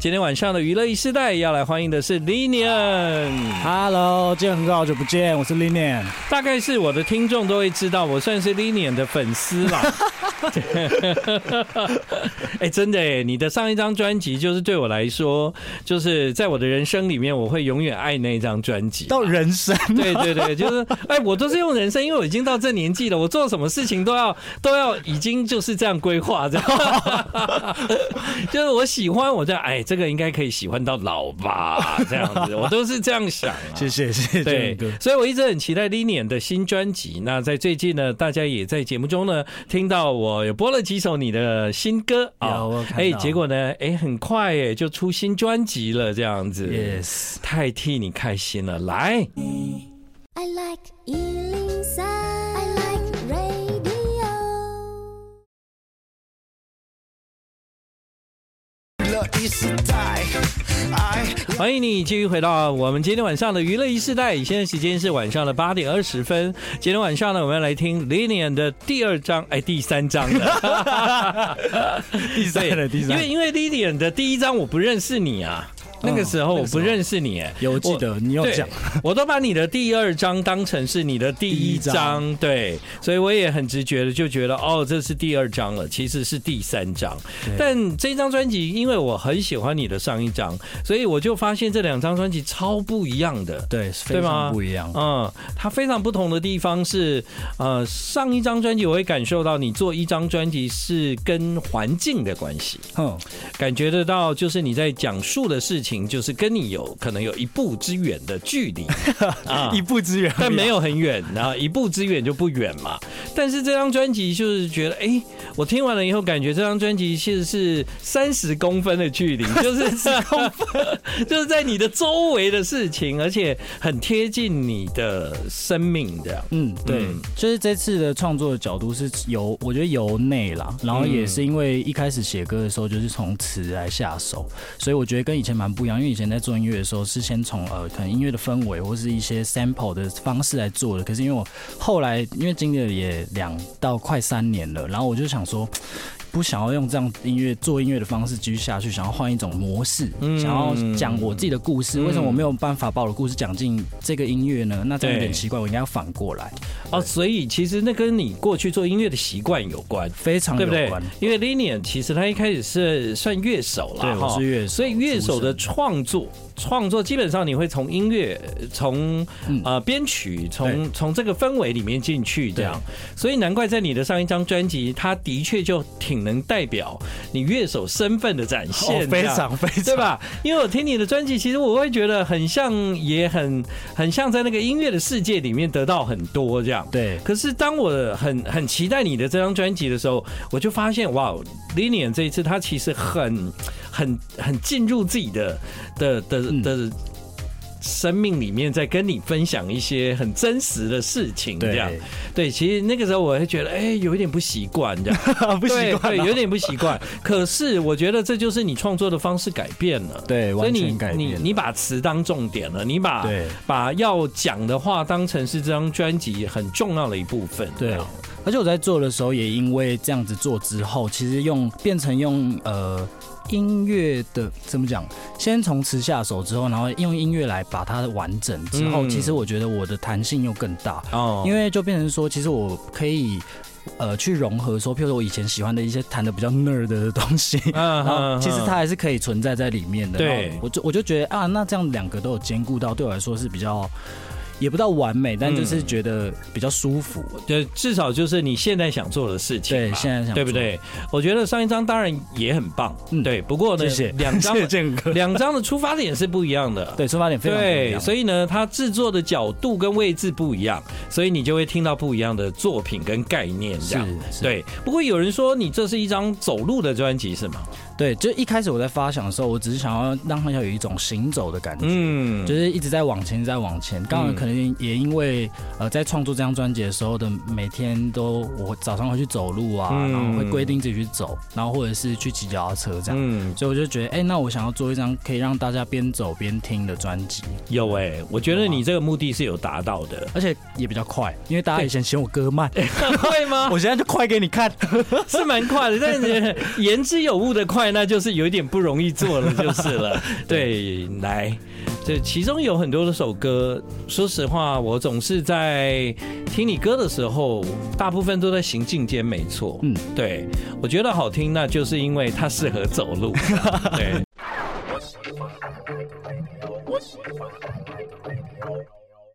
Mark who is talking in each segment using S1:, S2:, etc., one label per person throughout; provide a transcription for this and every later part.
S1: 今天晚上的娱乐一时代要来欢迎的是 Linian，
S2: Hello，建恒哥，好久不见，我是 Linian。
S1: 大概是我的听众都会知道，我算是 Linian 的粉丝啦。 哎、真的哎，你的上一张专辑就是对我来说，就是在我的人生里面，我会永远爱那一张专辑。
S2: 到人生，
S1: 对对对，就是哎，我都是用人生，因为我已经到这年纪了，我做什么事情都要 都要已经就是这样规划，这样， 就是我喜欢我这样，哎，这个应该可以喜欢到老吧，这样子，我都是这样想、啊。
S2: 谢谢谢谢
S1: 对
S2: 建恒哥，。
S1: 所以我一直很期待 Linian 的新专辑。那在最近呢，大家也在节目中呢听到我有播了几首你的新歌啊
S2: 有我有，看
S1: 哎，
S2: 到
S1: 结果呢，哎，很快哎就出新专辑了，这样子
S2: Yes，
S1: 太替你开心了，来。
S3: I like Ealing Sound. I like radio.
S4: 娱乐一时代，I
S1: 欢迎你继续回到我们今天晚上的娱乐一世代，现在时间是晚上的八点二十分。今天晚上呢，我们要来听 Linian 的第二章，哎，第三章 了，
S2: 第三了，
S1: 对
S2: 第三
S1: 因为因为 Linian 的第一章我不认识你啊，那个时候我不认识你、哎
S2: 有我记得你有
S1: 对
S2: 讲，
S1: 我都把你的第二章当成是你的第一章，
S2: 第一章
S1: 对，所以我也很直觉的就觉得，哦，这是第二章了，其实是第三章。但这张专辑，因为我很喜欢你的上一张，所以我就发现这两张专辑超不一样的。
S2: 对，
S1: 对
S2: 非
S1: 吗
S2: 常不一样。
S1: 嗯，它非常不同的地方是，呃，上一张专辑我会感受到你做一张专辑是跟环境的关系，
S2: 哼，
S1: 感觉得到，就是你在讲述的事情，就是跟你有可能有一步之远的距离啊
S2: 一步之远，
S1: 但没有很远，然后一步之远就不远嘛。但是这张专辑就是觉得，哎、我听完了以后，感觉这张专辑其实是三十公分的距离，就是三公分，就是在你的周围的事情，而且很贴近你的生命这样。
S2: 嗯，对
S1: 嗯，
S2: 就是这次的创作的角度是由我觉得由内啦，然后也是因为一开始写歌的时候就是从词来下手，所以我觉得跟以前蛮不一样，因为以前在做音乐的时候是先从呃可能音乐的氛围或是一些 sample 的方式来做的，可是因为我后来因为经历了也两到快三年了，然后我就想说。不想要用这样音乐做音乐的方式继续下去，想要换一种模式，
S1: 嗯
S2: 想要讲我自己的故事。为什么我没有办法把我的故事讲进这个音乐呢？那这样有点
S1: 对
S2: 奇怪，我应该要反过来。
S1: 哦，所以其实那跟你过去做音乐的习惯有关。
S2: 非常
S1: 对
S2: 有
S1: 不对哦
S2: 关。？
S1: 因为 Linian 其实他一开始是算乐手啦，
S2: 对
S1: 哈
S2: 我是乐手
S1: 所以乐手的创作，创作基本上你会从音乐、从
S2: 嗯
S1: 呃编曲、从从这个氛围里面进去，这样。所以难怪在你的上一张专辑，他的确就挺能代表你乐手身份的展现，
S2: 哦非
S1: 这样
S2: 常非常
S1: 对吧？因为我听你的专辑，其实我会觉得很像，也很很像在那个音乐的世界里面得到很多这样。
S2: 对
S1: 可是当我很很期待你的这张专辑的时候，我就发现哇，Linian 这一次他其实很很很进入自己的的的
S2: 嗯
S1: 的生命里面，在跟你分享一些很真实的事情，这样
S2: 对，
S1: 对。其实那个时候我会觉得，哎、有一点不习惯这样。
S2: 不习惯
S1: 对，
S2: 啊
S1: 对，有点不习惯。可是我觉得这就是你创作的方式改变了，
S2: 对
S1: 所以
S2: 完
S1: 你
S2: 全改变
S1: 你
S2: 了
S1: 你把词当重点了，你把
S2: 对
S1: 把要讲的话当成是这张专辑很重要的一部分。
S2: 对。而且我在做的时候，也因为这样子做之后，其实用变成用呃音乐的怎么讲，先从词下手之后，然后用音乐来把它完整之后，
S1: 嗯
S2: 其实我觉得我的弹性又更大，
S1: 哦
S2: 因为就变成说，其实我可以。呃，去融合说，譬如说我以前喜欢的一些弹的比较 nerd 的东西，
S1: 嗯
S2: 然后
S1: 嗯
S2: 其实
S1: 嗯
S2: 它还是可以存在在里面的。
S1: 对
S2: 然后我就我就觉得啊，那这样两个都有兼顾到，对我来说是比较也不到完美，但就是
S1: 嗯
S2: 觉得比较舒服。
S1: 就至少就是你现在想做的事情
S2: 对
S1: 嘛，
S2: 现在想
S1: 对不
S2: 做
S1: 对？我觉得上一张当然也很棒，
S2: 嗯
S1: 对。不过呢，
S2: 谢谢
S1: 两张
S2: 谢谢建哥
S1: 两张的出发点是不一样的，
S2: 对，出发点非常不一
S1: 对，
S2: 样
S1: 所以呢，它制作的角度跟位置不一样，所以你就会听到不一样的作品跟概念这样。
S2: 是是
S1: 对，不过有人说你这是一张走路的专辑是吗？
S2: 对，就一开始我在发想的时候，我只是想要让它有一种行走的感觉。
S1: 嗯，
S2: 就是一直在往前，一直在往前。刚好可能也因为呃，在创作这张专辑的时候的每天都，我早上会去走路啊，
S1: 嗯
S2: 然后会规定自己去走，然后或者是去骑脚踏车这样。
S1: 嗯，
S2: 所以我就觉得，哎、那我想要做一张可以让大家边走边听的专辑，，
S1: 有哎、我觉得你这个目的是有达到的
S2: 而且也比较快，因为大家以前嫌我歌慢，
S1: 会 吗？
S2: 我现在就快给你看。
S1: 是蛮快的，但是言之有物的快，那就是有一点不容易做了，就是 了。对，来，这其中有很多的首歌，说实话，我总是在听你歌的时候，大部分都在行进间，没错。嗯
S2: 嗯，
S1: 对，我觉得好听，那就是因为它适合走 路。对。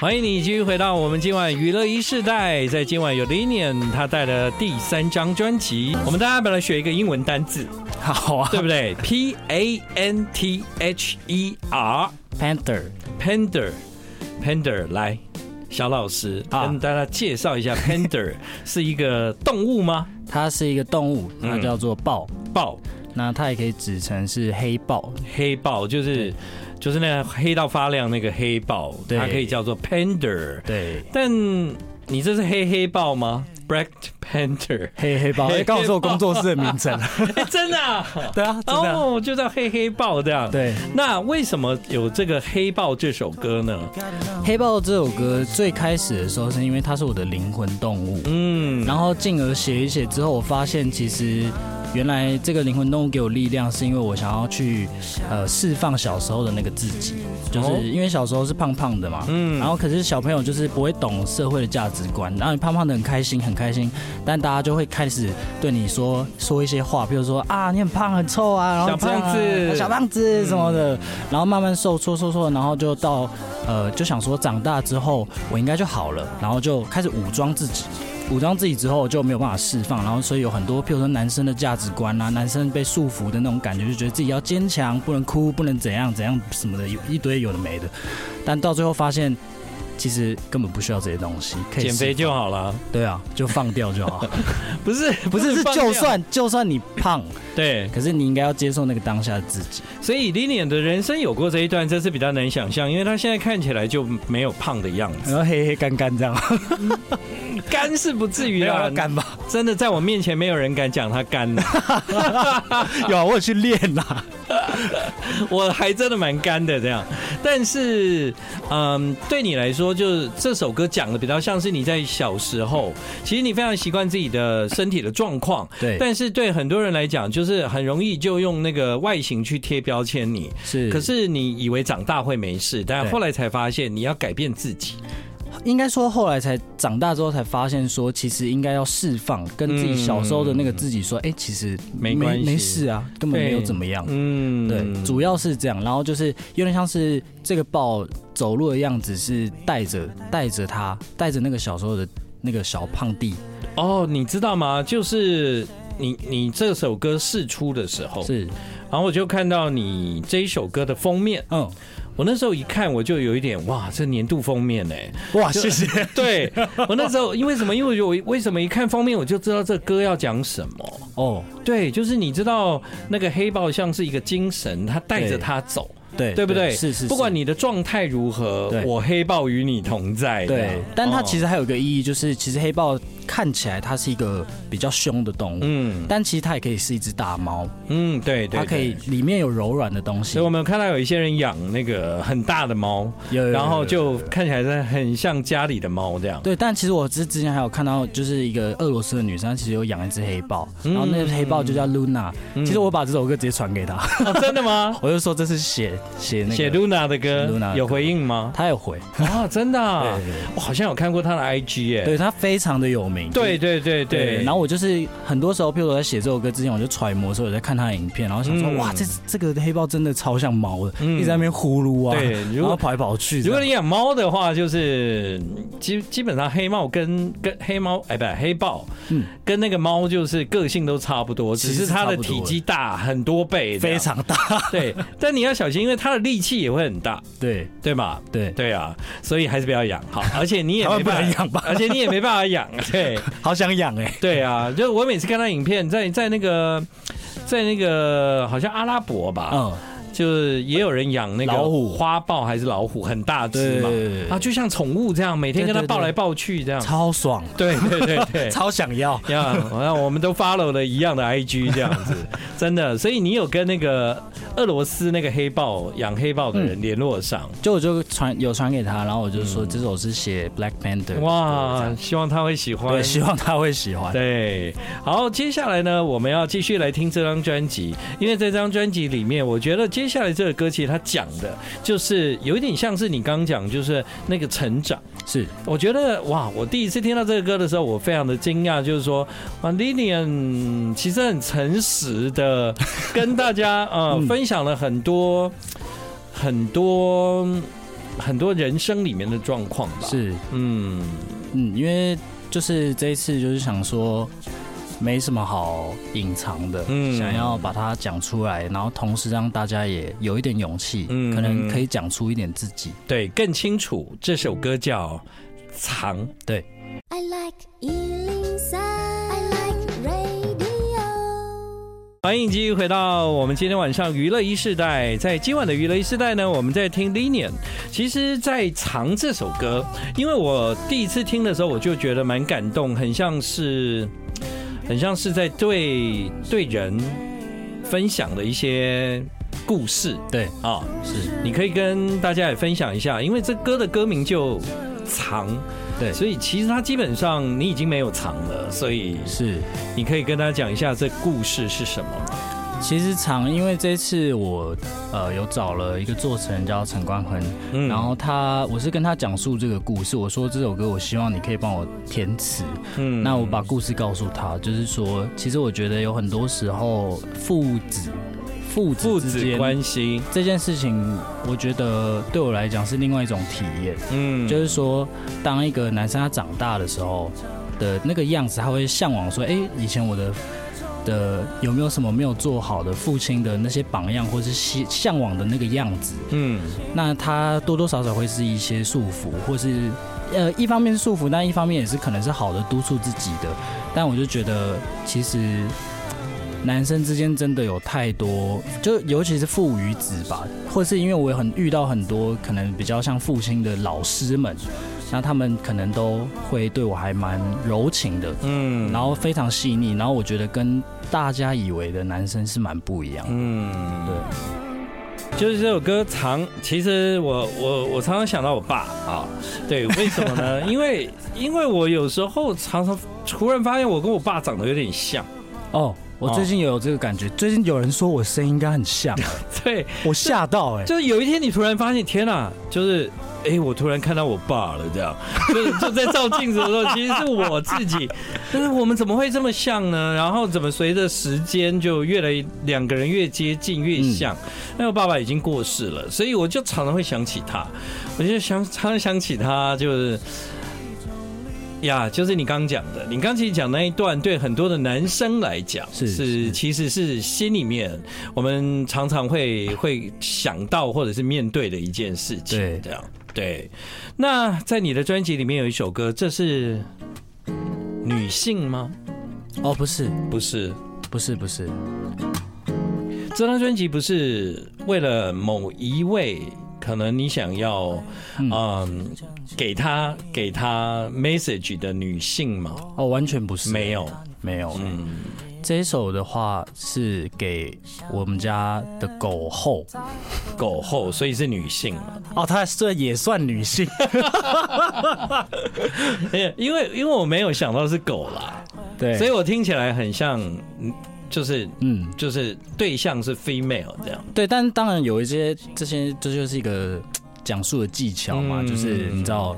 S1: 欢迎你继续回到我们今晚娱乐一世代，在今晚有 Linian 他带的第三张专辑，我们大家本来学一个英文单字，
S2: 好啊
S1: 对不 对？P A N T H E R
S2: ，Panther，
S1: Pander Pander 来，小老师
S2: 啊
S1: 跟大家介绍一下 Pander 是一个动物吗？
S2: 它是一个动物，它
S1: 嗯
S2: 叫做豹，
S1: 豹，
S2: 那它也可以指成是黑豹，
S1: 黑豹就是就是那个黑到发亮那个黑豹，
S2: 对
S1: 它可以叫做 Pander，
S2: 对，
S1: 但你这是黑黑豹吗？Black Panther。
S2: 黑黑豹，
S1: 黑
S2: 哎，刚好是我
S1: 豹
S2: 工作室的 名称，
S1: 哎真的、啊，
S2: 对啊，真的啊，
S1: 哦，就叫黑黑豹这样。，
S2: 对。
S1: 那为什么有这个《黑豹》这首歌呢？
S2: 黑豹这首歌最开始的时候，是因为它是我的灵魂动物，
S1: 嗯，
S2: 然后进而写一写之后，我发现其实原来这个灵魂动物给我力量，是因为我想要去呃释放小时候的那个自己，就
S1: 哦
S2: 是因为小时候是胖胖的嘛，
S1: 嗯
S2: 嗯，然后可是小朋友就是不会懂社会的价值观，然后你胖胖的很开心很开心，但大家就会开始对你说说一些话，比如说啊你很胖很臭啊，然后这
S1: 小
S2: 样啊
S1: 胖子嗯
S2: 小胖子什么的，然后慢慢瘦瘦瘦瘦，然后就到呃就想说长大之后我应该就好了，然后就开始武装自己。武装自己之后就没有办法释放，然后所以有很多，譬如说男生的价值观啊，男生被束缚的那种感觉，就觉得自己要坚强，不能哭，不能怎样怎样什么的，有一堆有的没的。但到最后发现，其实根本不需要这些东西，可以
S1: 减肥
S2: 释
S1: 就好了。
S2: 对啊，就放掉 就好。
S1: 不是，
S2: 不是，是
S1: 放
S2: 就
S1: 掉
S2: 算就算你胖，
S1: 对。
S2: 可是你应该要接受那个当下的自己。
S1: 所以 Lilian 的人生有过这一段，这是比较难想象，因为她现在看起来就没有胖的样子，
S2: 然后黑黑干 干这样，
S1: 干是不至于
S2: 嗯没有啊
S1: 啦
S2: 要， 干吧？
S1: 真的在我面前没有人敢讲啊她干的，
S2: 有啊，我有去练啦。
S1: 我还真的蛮干的这样。但是，嗯，对你来说，就是这首歌讲的比较像是你在小时候，其实你非常习惯自己的身体的状况，
S2: 对，
S1: 但是对很多人来讲，就是很容易就用那个外形去贴标签你。
S2: 是
S1: 可是你以为长大会没事，但
S2: 对
S1: 后来才发现你要改变自己。
S2: 应该说后来才长大之后才发现，说其实应该要释放，跟自己小时候的那个自己说，哎、其实
S1: 嗯没关系
S2: 没事啊，根本没有怎么样。
S1: 嗯，
S2: 对，主要是这样，然后就是有点像是这个豹走路的样子是带着带着它，带着那个小时候的那个小胖弟，
S1: 哦，你知道吗？就是你你这首歌试出的时候，
S2: 是，
S1: 然后我就看到你这一首歌的封面，
S2: 嗯，
S1: 我那时候一看我就有一点哇，这年度封面哎、
S2: 哇，啊谢谢，
S1: 对我那时候因为什么？因为我为什么一看封面我就知道这歌要讲什么？
S2: 哦，
S1: 对，就是你知道那个黑豹像是一个精神，它带着他走，
S2: 对，
S1: 对不对？
S2: 是是，
S1: 不管
S2: 你。
S1: 你的状态如何
S2: 对，
S1: 我黑豹与你同在。哦
S2: 对，但它其
S1: 实，
S2: 实还有一个意义，就是其实黑豹看起来它是一个比较凶的动物，
S1: 嗯
S2: 但其实它也可以是一只大猫，
S1: 嗯，对对，
S2: 它可以
S1: 对。
S2: 里面有柔软的东西
S1: 所以我，们有看到有一些人养那个很大的猫，
S2: 有有
S1: 然后
S2: 有
S1: 就
S2: 有
S1: 看起来是很像家里的猫这样。
S2: 对。但其实我之之前还有看到，就是一个俄罗斯的女生，她其实有养一只黑豹，
S1: 嗯
S2: 然后那只黑豹就叫 Luna。其实我把这首歌直接传给她，
S1: 哦真的吗？
S2: 我就说这是写 写那个
S1: 写 Luna 的歌
S2: 写 Luna 的歌
S1: 有回应 吗？
S2: 她有回，
S1: 啊，真的啊
S2: 对对对，
S1: 我好像有看过他的 IG 耶。
S2: 对她非常的有名，
S1: 对对对对，
S2: 然后我就是很多时候，譬如我在写这首歌之前，我就揣摩的时候，我在看他的影片，然后想说，
S1: 嗯
S2: 哇，这这个黑豹真的超像猫的，
S1: 嗯
S2: 一直在那边呼噜啊，
S1: 对如
S2: 然
S1: 果
S2: 后跑来跑去这
S1: 如
S2: 样。
S1: 果你养猫的话，就是基基本上黑猫跟跟黑猫哎不黑豹，
S2: 嗯
S1: 跟那个猫就是个性都差不多，
S2: 其
S1: 只
S2: 实
S1: 是它的
S2: 差不多
S1: 体积大很多倍这样，
S2: 非常 大，
S1: 对。但你要小心，因为它的力气也会很大，
S2: 对
S1: 对吧？
S2: 对，
S1: 对啊，所以还是不要养 好，而且你也
S2: 台湾
S1: 没
S2: 不
S1: 办
S2: 能
S1: 法
S2: 养吧
S1: 而且你也没办法养，对
S2: 好想养哎、
S1: 对啊。就是我每次看到影片，在在那个在那个好像阿拉伯吧，
S2: 嗯，
S1: 就是也有人养那个
S2: 老虎
S1: 花豹还是老虎，很大只嘛
S2: 对，
S1: 啊，就像宠物这样，每天跟它
S2: 对对对
S1: 抱来抱去这样，
S2: 超爽，
S1: 对对对对，
S2: 超想要。
S1: 呀，好像我们都 follow 了一样的 IG 这样 子，真的。所以你有跟那个俄罗斯那个黑豹养黑豹的人
S2: 嗯
S1: 联络上，
S2: 就我就传有传给他，然后我就说这首是写 Black Panther，
S1: 嗯哇，希望他会喜欢
S2: 对，。希望他会喜欢。
S1: 对，好，接下来呢，我们要继续来听这张专辑，因为这张专辑里面，我觉得接下来这个歌其实它讲的就是有一点像是你刚讲，就是那个成长。
S2: 是
S1: 我觉得哇，我第一次听到这个歌的时候，我非常的惊讶，就是说啊，Lilian 其实很诚实的跟大 家呃、
S2: 嗯
S1: 分享了很多很多很多人生里面的状况吧。，
S2: 是，
S1: 嗯，
S2: 嗯，因为就是这一次就是想说没什么好隐藏的，
S1: 嗯
S2: 想要把它讲出来，然后同时让大家也有一点勇气，
S1: 嗯
S2: 可能可以讲出一点自己。
S1: 对，更清楚这首歌叫《藏》。
S3: I like Ealing Sound. I like radio.
S1: 欢迎继续回到我们今天晚上娱乐一世代。在今晚的娱乐一世代呢，我们在听《Linian》。其实，在《藏》这首歌，因为我第一次听的时候，我就觉得蛮感动，很像是，很像是在对对人分享的一些故事
S2: 对，
S1: 啊。
S2: 是，
S1: 你可以跟大家也分享一下，因为这歌的歌名就《藏》，
S2: 对，
S1: 所以其实它基本上你已经没有藏了，所以
S2: 是。
S1: 你可以跟大家讲一下这故事是什么吗。
S2: 其实长，因为这次我呃有找了一个作词人叫陈冠亨，
S1: 嗯
S2: 然后他我是跟他讲述这个故事，我说这首歌我希望你可以帮我填词，
S1: 嗯
S2: 那我把故事告诉他，就是说，其实我觉得有很多时候父子父
S1: 父
S2: 子之
S1: 子
S2: 间
S1: 关系，
S2: 这件事情，我觉得对我来讲是另外一种体验，
S1: 嗯，
S2: 就是说，当一个男生他长大的时候的那个样子，他会向往说，哎，以前我的。的有没有什么没有做好的父亲的那些榜样，或是希向往的那个样子？
S1: 嗯
S2: 那他多多少少会是一些束缚，或是呃，一方面是束缚，但一方面也是可能是好的督促自己的。但我就觉得，其实男生之间真的有太多，就尤其是父与子吧，或是因为我有很遇到很多可能比较像父亲的老师们，那他们可能都会对我还蛮柔情的，
S1: 嗯，
S2: 然后非常细腻，然后我觉得跟大家以为的男生是蛮不一样的。
S1: 嗯，
S2: 对，
S1: 就是这首歌常，其实我我我常常想到我爸啊，对，为什么呢？ 因为因为我有时候常常突然发现我跟我爸长得有点像，
S2: 哦，我最近有这个感觉，最近有人说我声音应该很 像。
S1: 对，
S2: 我吓到哎、
S1: 就是有一天你突然发现，天啊，就是。哎、我突然看到我爸了，这样，就是就在照镜子的时候，其实是我自己。但是我们怎么会这么像呢？然后怎么随着时间就越来两个人越接近越像？
S2: 嗯
S1: 那我爸爸已经过世了，所以我就常常会想起他，我就想常常想起他，就是呀，就是你刚讲的，你刚其实讲那一段，对很多的男生来讲
S2: 是
S1: 是
S2: 是
S1: 其实是心里面我们常常会会想到或者是面对的一件事情，
S2: 对
S1: 这样对。那在你的专辑里面有一首歌，这是女性吗？
S2: 哦，不是，
S1: 不是，
S2: 不是，不是，
S1: 这张专辑不是为了某一位，可能你想要嗯、
S2: 嗯
S1: 给她给她 message 的女性吗？
S2: 哦，完全不是，
S1: 没有，
S2: 没有。
S1: 嗯
S2: 这一首的话是给我们家的狗后
S1: 狗后，所以是女性嘛？
S2: 哦，它这也算女性
S1: 因为因为我没有想到是狗啦，
S2: 对，
S1: 所以我听起来很像，嗯就是
S2: 嗯，
S1: 就是对象是 female 这 样。
S2: 对，但当然有一些这些，这就是一个。讲述的技巧嘛，
S1: 嗯
S2: 就是你知道，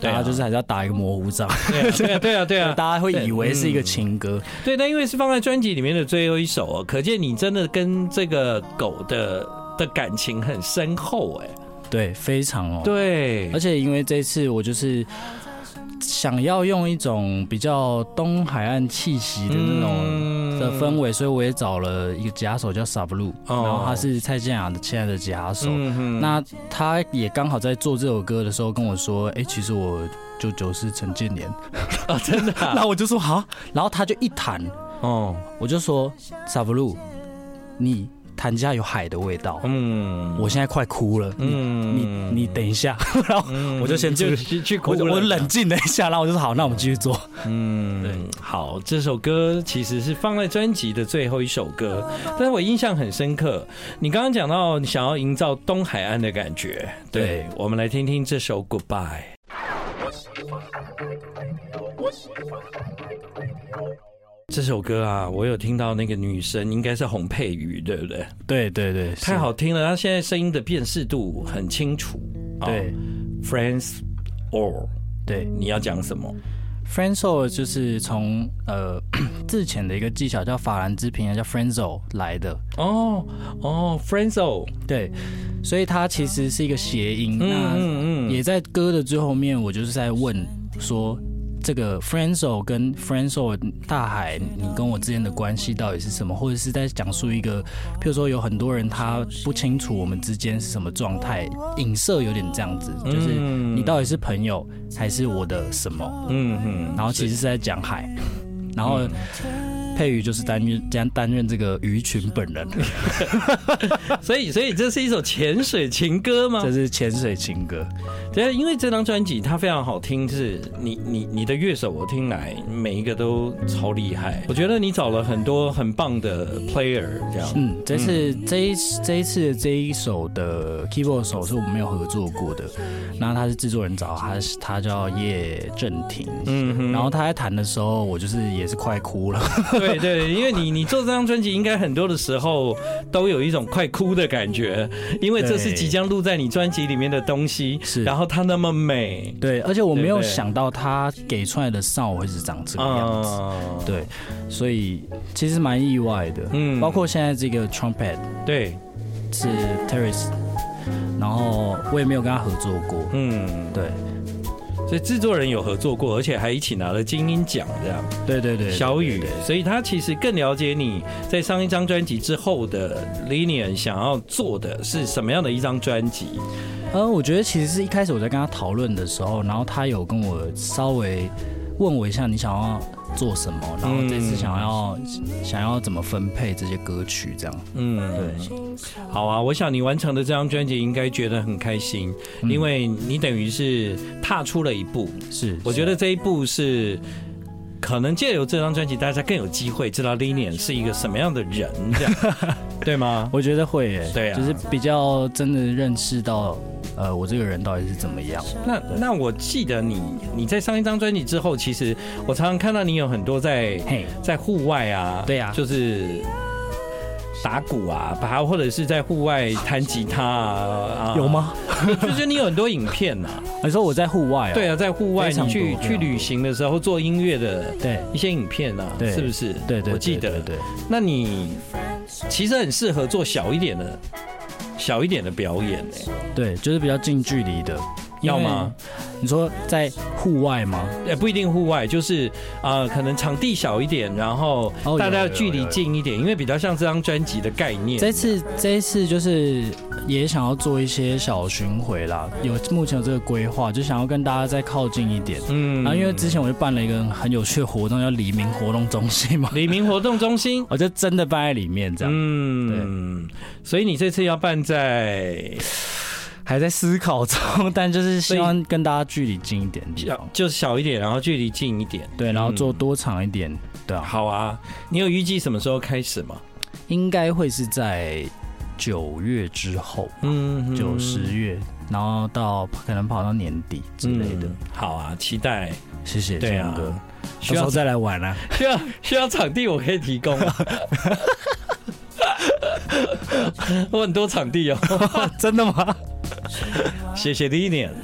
S1: 对
S2: 大
S1: 啊
S2: 家就是还是要打一个模 糊仗，
S1: 对啊，对啊，对啊，对啊，
S2: 大家会以为是
S1: 嗯
S2: 一个情歌，
S1: 对，但因为是放在专辑里面的最后一首、哦，可见你真的跟这个狗的的感情很深厚哎。
S2: 对，非常哦，
S1: 对
S2: 而，且因为这次我就是想要用一种比较东海岸气息的那
S1: 嗯
S2: 种的氛围，所以我也找了一个吉他手叫 s a b l u
S1: 哦
S2: 然后他是蔡健雅的现在的吉他手。
S1: 嗯哼
S2: 那他也刚好在做这首歌的时候跟我说，哎、其实我舅舅是陈建年，
S1: 啊，真的啊、
S2: 然后我就说好，然后他就一弹，
S1: 哦，
S2: 我就说 s a b l u 你弹吉他有海的味道，
S1: 嗯，
S2: 我现在快哭了，你
S1: 嗯
S2: 你你等一下， 然后
S1: 嗯
S2: 我就先
S1: 你就
S2: 去
S1: 去去哭
S2: 我
S1: 了，
S2: 我冷静了一下，然后我就说好，那我们继续做。
S1: 嗯，
S2: 对
S1: 好，这首歌其实是放在专辑的最后一首歌，但是我印象很深刻。你刚刚讲到你想要营造东海岸的感觉，对，
S2: 对
S1: 我们来听听这首《Goodbye》。这首歌啊，我有听到那个女生应该是洪佩瑜，对不对？
S2: 对对对，是
S1: 太，好听了，她现在声音的辨识度很清楚。啊
S2: 哦对
S1: Friends or
S2: 对。
S1: 你要讲什么？
S2: Friendzone 就是从呃 之前的一个技巧叫法兰兹平衡叫 Friendzone 来的，
S1: 哦哦，Friendzo，
S2: 对，所以它其实是一个谐音。
S1: 嗯嗯
S2: 那也在歌的最后面，我就是在问说，这个 Friendzone 跟 Friendzone 大海，你跟我之间的关系到底是什么？或者是在讲述一个，譬如说有很多人他不清楚我们之间是什么状态，影射有点这样子，
S1: 嗯
S2: 就是你到底是朋友还是我的什么？
S1: 嗯嗯，
S2: 然后其实是在讲海，然后佩瑜就是担任将担任这个鱼群本 人，
S1: 所以所以这是一首潜水情歌吗
S2: 这？是潜水情歌。
S1: 对，因为这张专辑它非常好听，是你你你的乐手，我听来每一个都超厉害。我觉得你找了很多很棒的 player，这 样，
S2: 嗯，这次这一这一次的这一首的 keyboard 手是我们没有合作过的，然后他是制作人找他，他叫叶正廷。
S1: 嗯哼，
S2: 然后他在弹的时候，我就是也是快哭了。
S1: 对对，因为你你做这张专辑，应该很多的时候都有一种快哭的感觉，因为这是
S2: 对
S1: 即将录在你专辑里面的东西，
S2: 是
S1: 然后它那么美，
S2: 对，而且我没
S1: 对
S2: 有
S1: 不对
S2: 想到他给出来的 sound 会是长这个样子。
S1: 嗯，
S2: 对，所以其实蛮意外的。
S1: 嗯
S2: 嗯，包括现在这个 trumpet，
S1: 对，
S2: 是 Terrace，然后我也没有跟他合作过。
S1: 嗯，
S2: 对，
S1: 所以制作人有合作过，而且还一起拿了金鹰奖，这样。
S2: 对对对，
S1: 小雨
S2: 对对，
S1: 所以他其实更了解你在上一张专辑之后的 Linian 想要做的是什么样的一张专辑。
S2: 呃，我觉得其实是一开始我在跟他讨论的时候，然后他有跟我稍微问我一下你想要做什么，然后这次想要、嗯想要怎么分配这些歌曲这样。
S1: 嗯，对，好啊，我想你完成的这张专辑应该觉得很开心，因为你等于是踏出了一步。
S2: 嗯是，
S1: 我觉得这一步是。可能借由这张专辑，大家更有机会知道 Linian 是一个什么样的人，这样 对吗？
S2: 我觉得会耶，
S1: 对啊
S2: 就是比较真的认识到，呃，我这个人到底是怎么样。
S1: 那那我记得你你在上一张专辑之后，其实我常常看到你有很多在
S2: 嘿、
S1: 在户外啊，
S2: 对啊
S1: 就是打鼓啊，把或者是在户外弹吉他啊，啊
S2: 有？吗？
S1: 就是你有很多影片 呐、啊，
S2: 你说我在户外、哦？
S1: 对啊，在户外
S2: 非常
S1: 你
S2: 多
S1: 去
S2: 非常多
S1: 去旅行的时候做音乐的
S2: 对
S1: 一些影片啊，
S2: 对
S1: 是不是？
S2: 对对，
S1: 我记
S2: 对
S1: 得。
S2: 对。对
S1: 那你其实很适合做小一点的。小一点的表演、欸，
S2: 对，就是比较近距离的，因
S1: 要
S2: 为
S1: 吗？
S2: 你说在户外吗？
S1: 也不一定户外，就是啊、呃可能场地小一点，然后
S2: 哦
S1: 大家
S2: 有有有
S1: 距离
S2: 有有
S1: 近一点，因为比较像这张专辑的概念。
S2: 这次这一次就是也想要做一些小巡回啦，有目前有这个规划，就想要跟大家再靠近一点。啊
S1: 嗯
S2: 然后因为之前我就办了一个很有趣的活动，叫黎明活动中心嘛，
S1: 李明活动中心，
S2: 我就真的办在里面这样，
S1: 嗯，所以你这次要办在
S2: 还在思考中， 但就是希望跟大家距离近一点的地
S1: 小
S2: 方，
S1: 就小一点，然后距离近一点。
S2: 对，然后做多长一点，对啊，
S1: 好啊，你有预计什么时候开始吗？
S2: 应该会是在九月之后，
S1: 嗯，
S2: 九十月，然后到可能跑到年底之类的。
S1: 嗯好啊，期待。
S2: 谢谢
S1: 对
S2: 建
S1: 啊
S2: 哥，
S1: 需
S2: 到时
S1: 要
S2: 候再来玩啊。
S1: 需要需要场地，我可以提供。啊 我很多场地哦，
S2: 真的吗？
S1: 哦谢谢 Linian。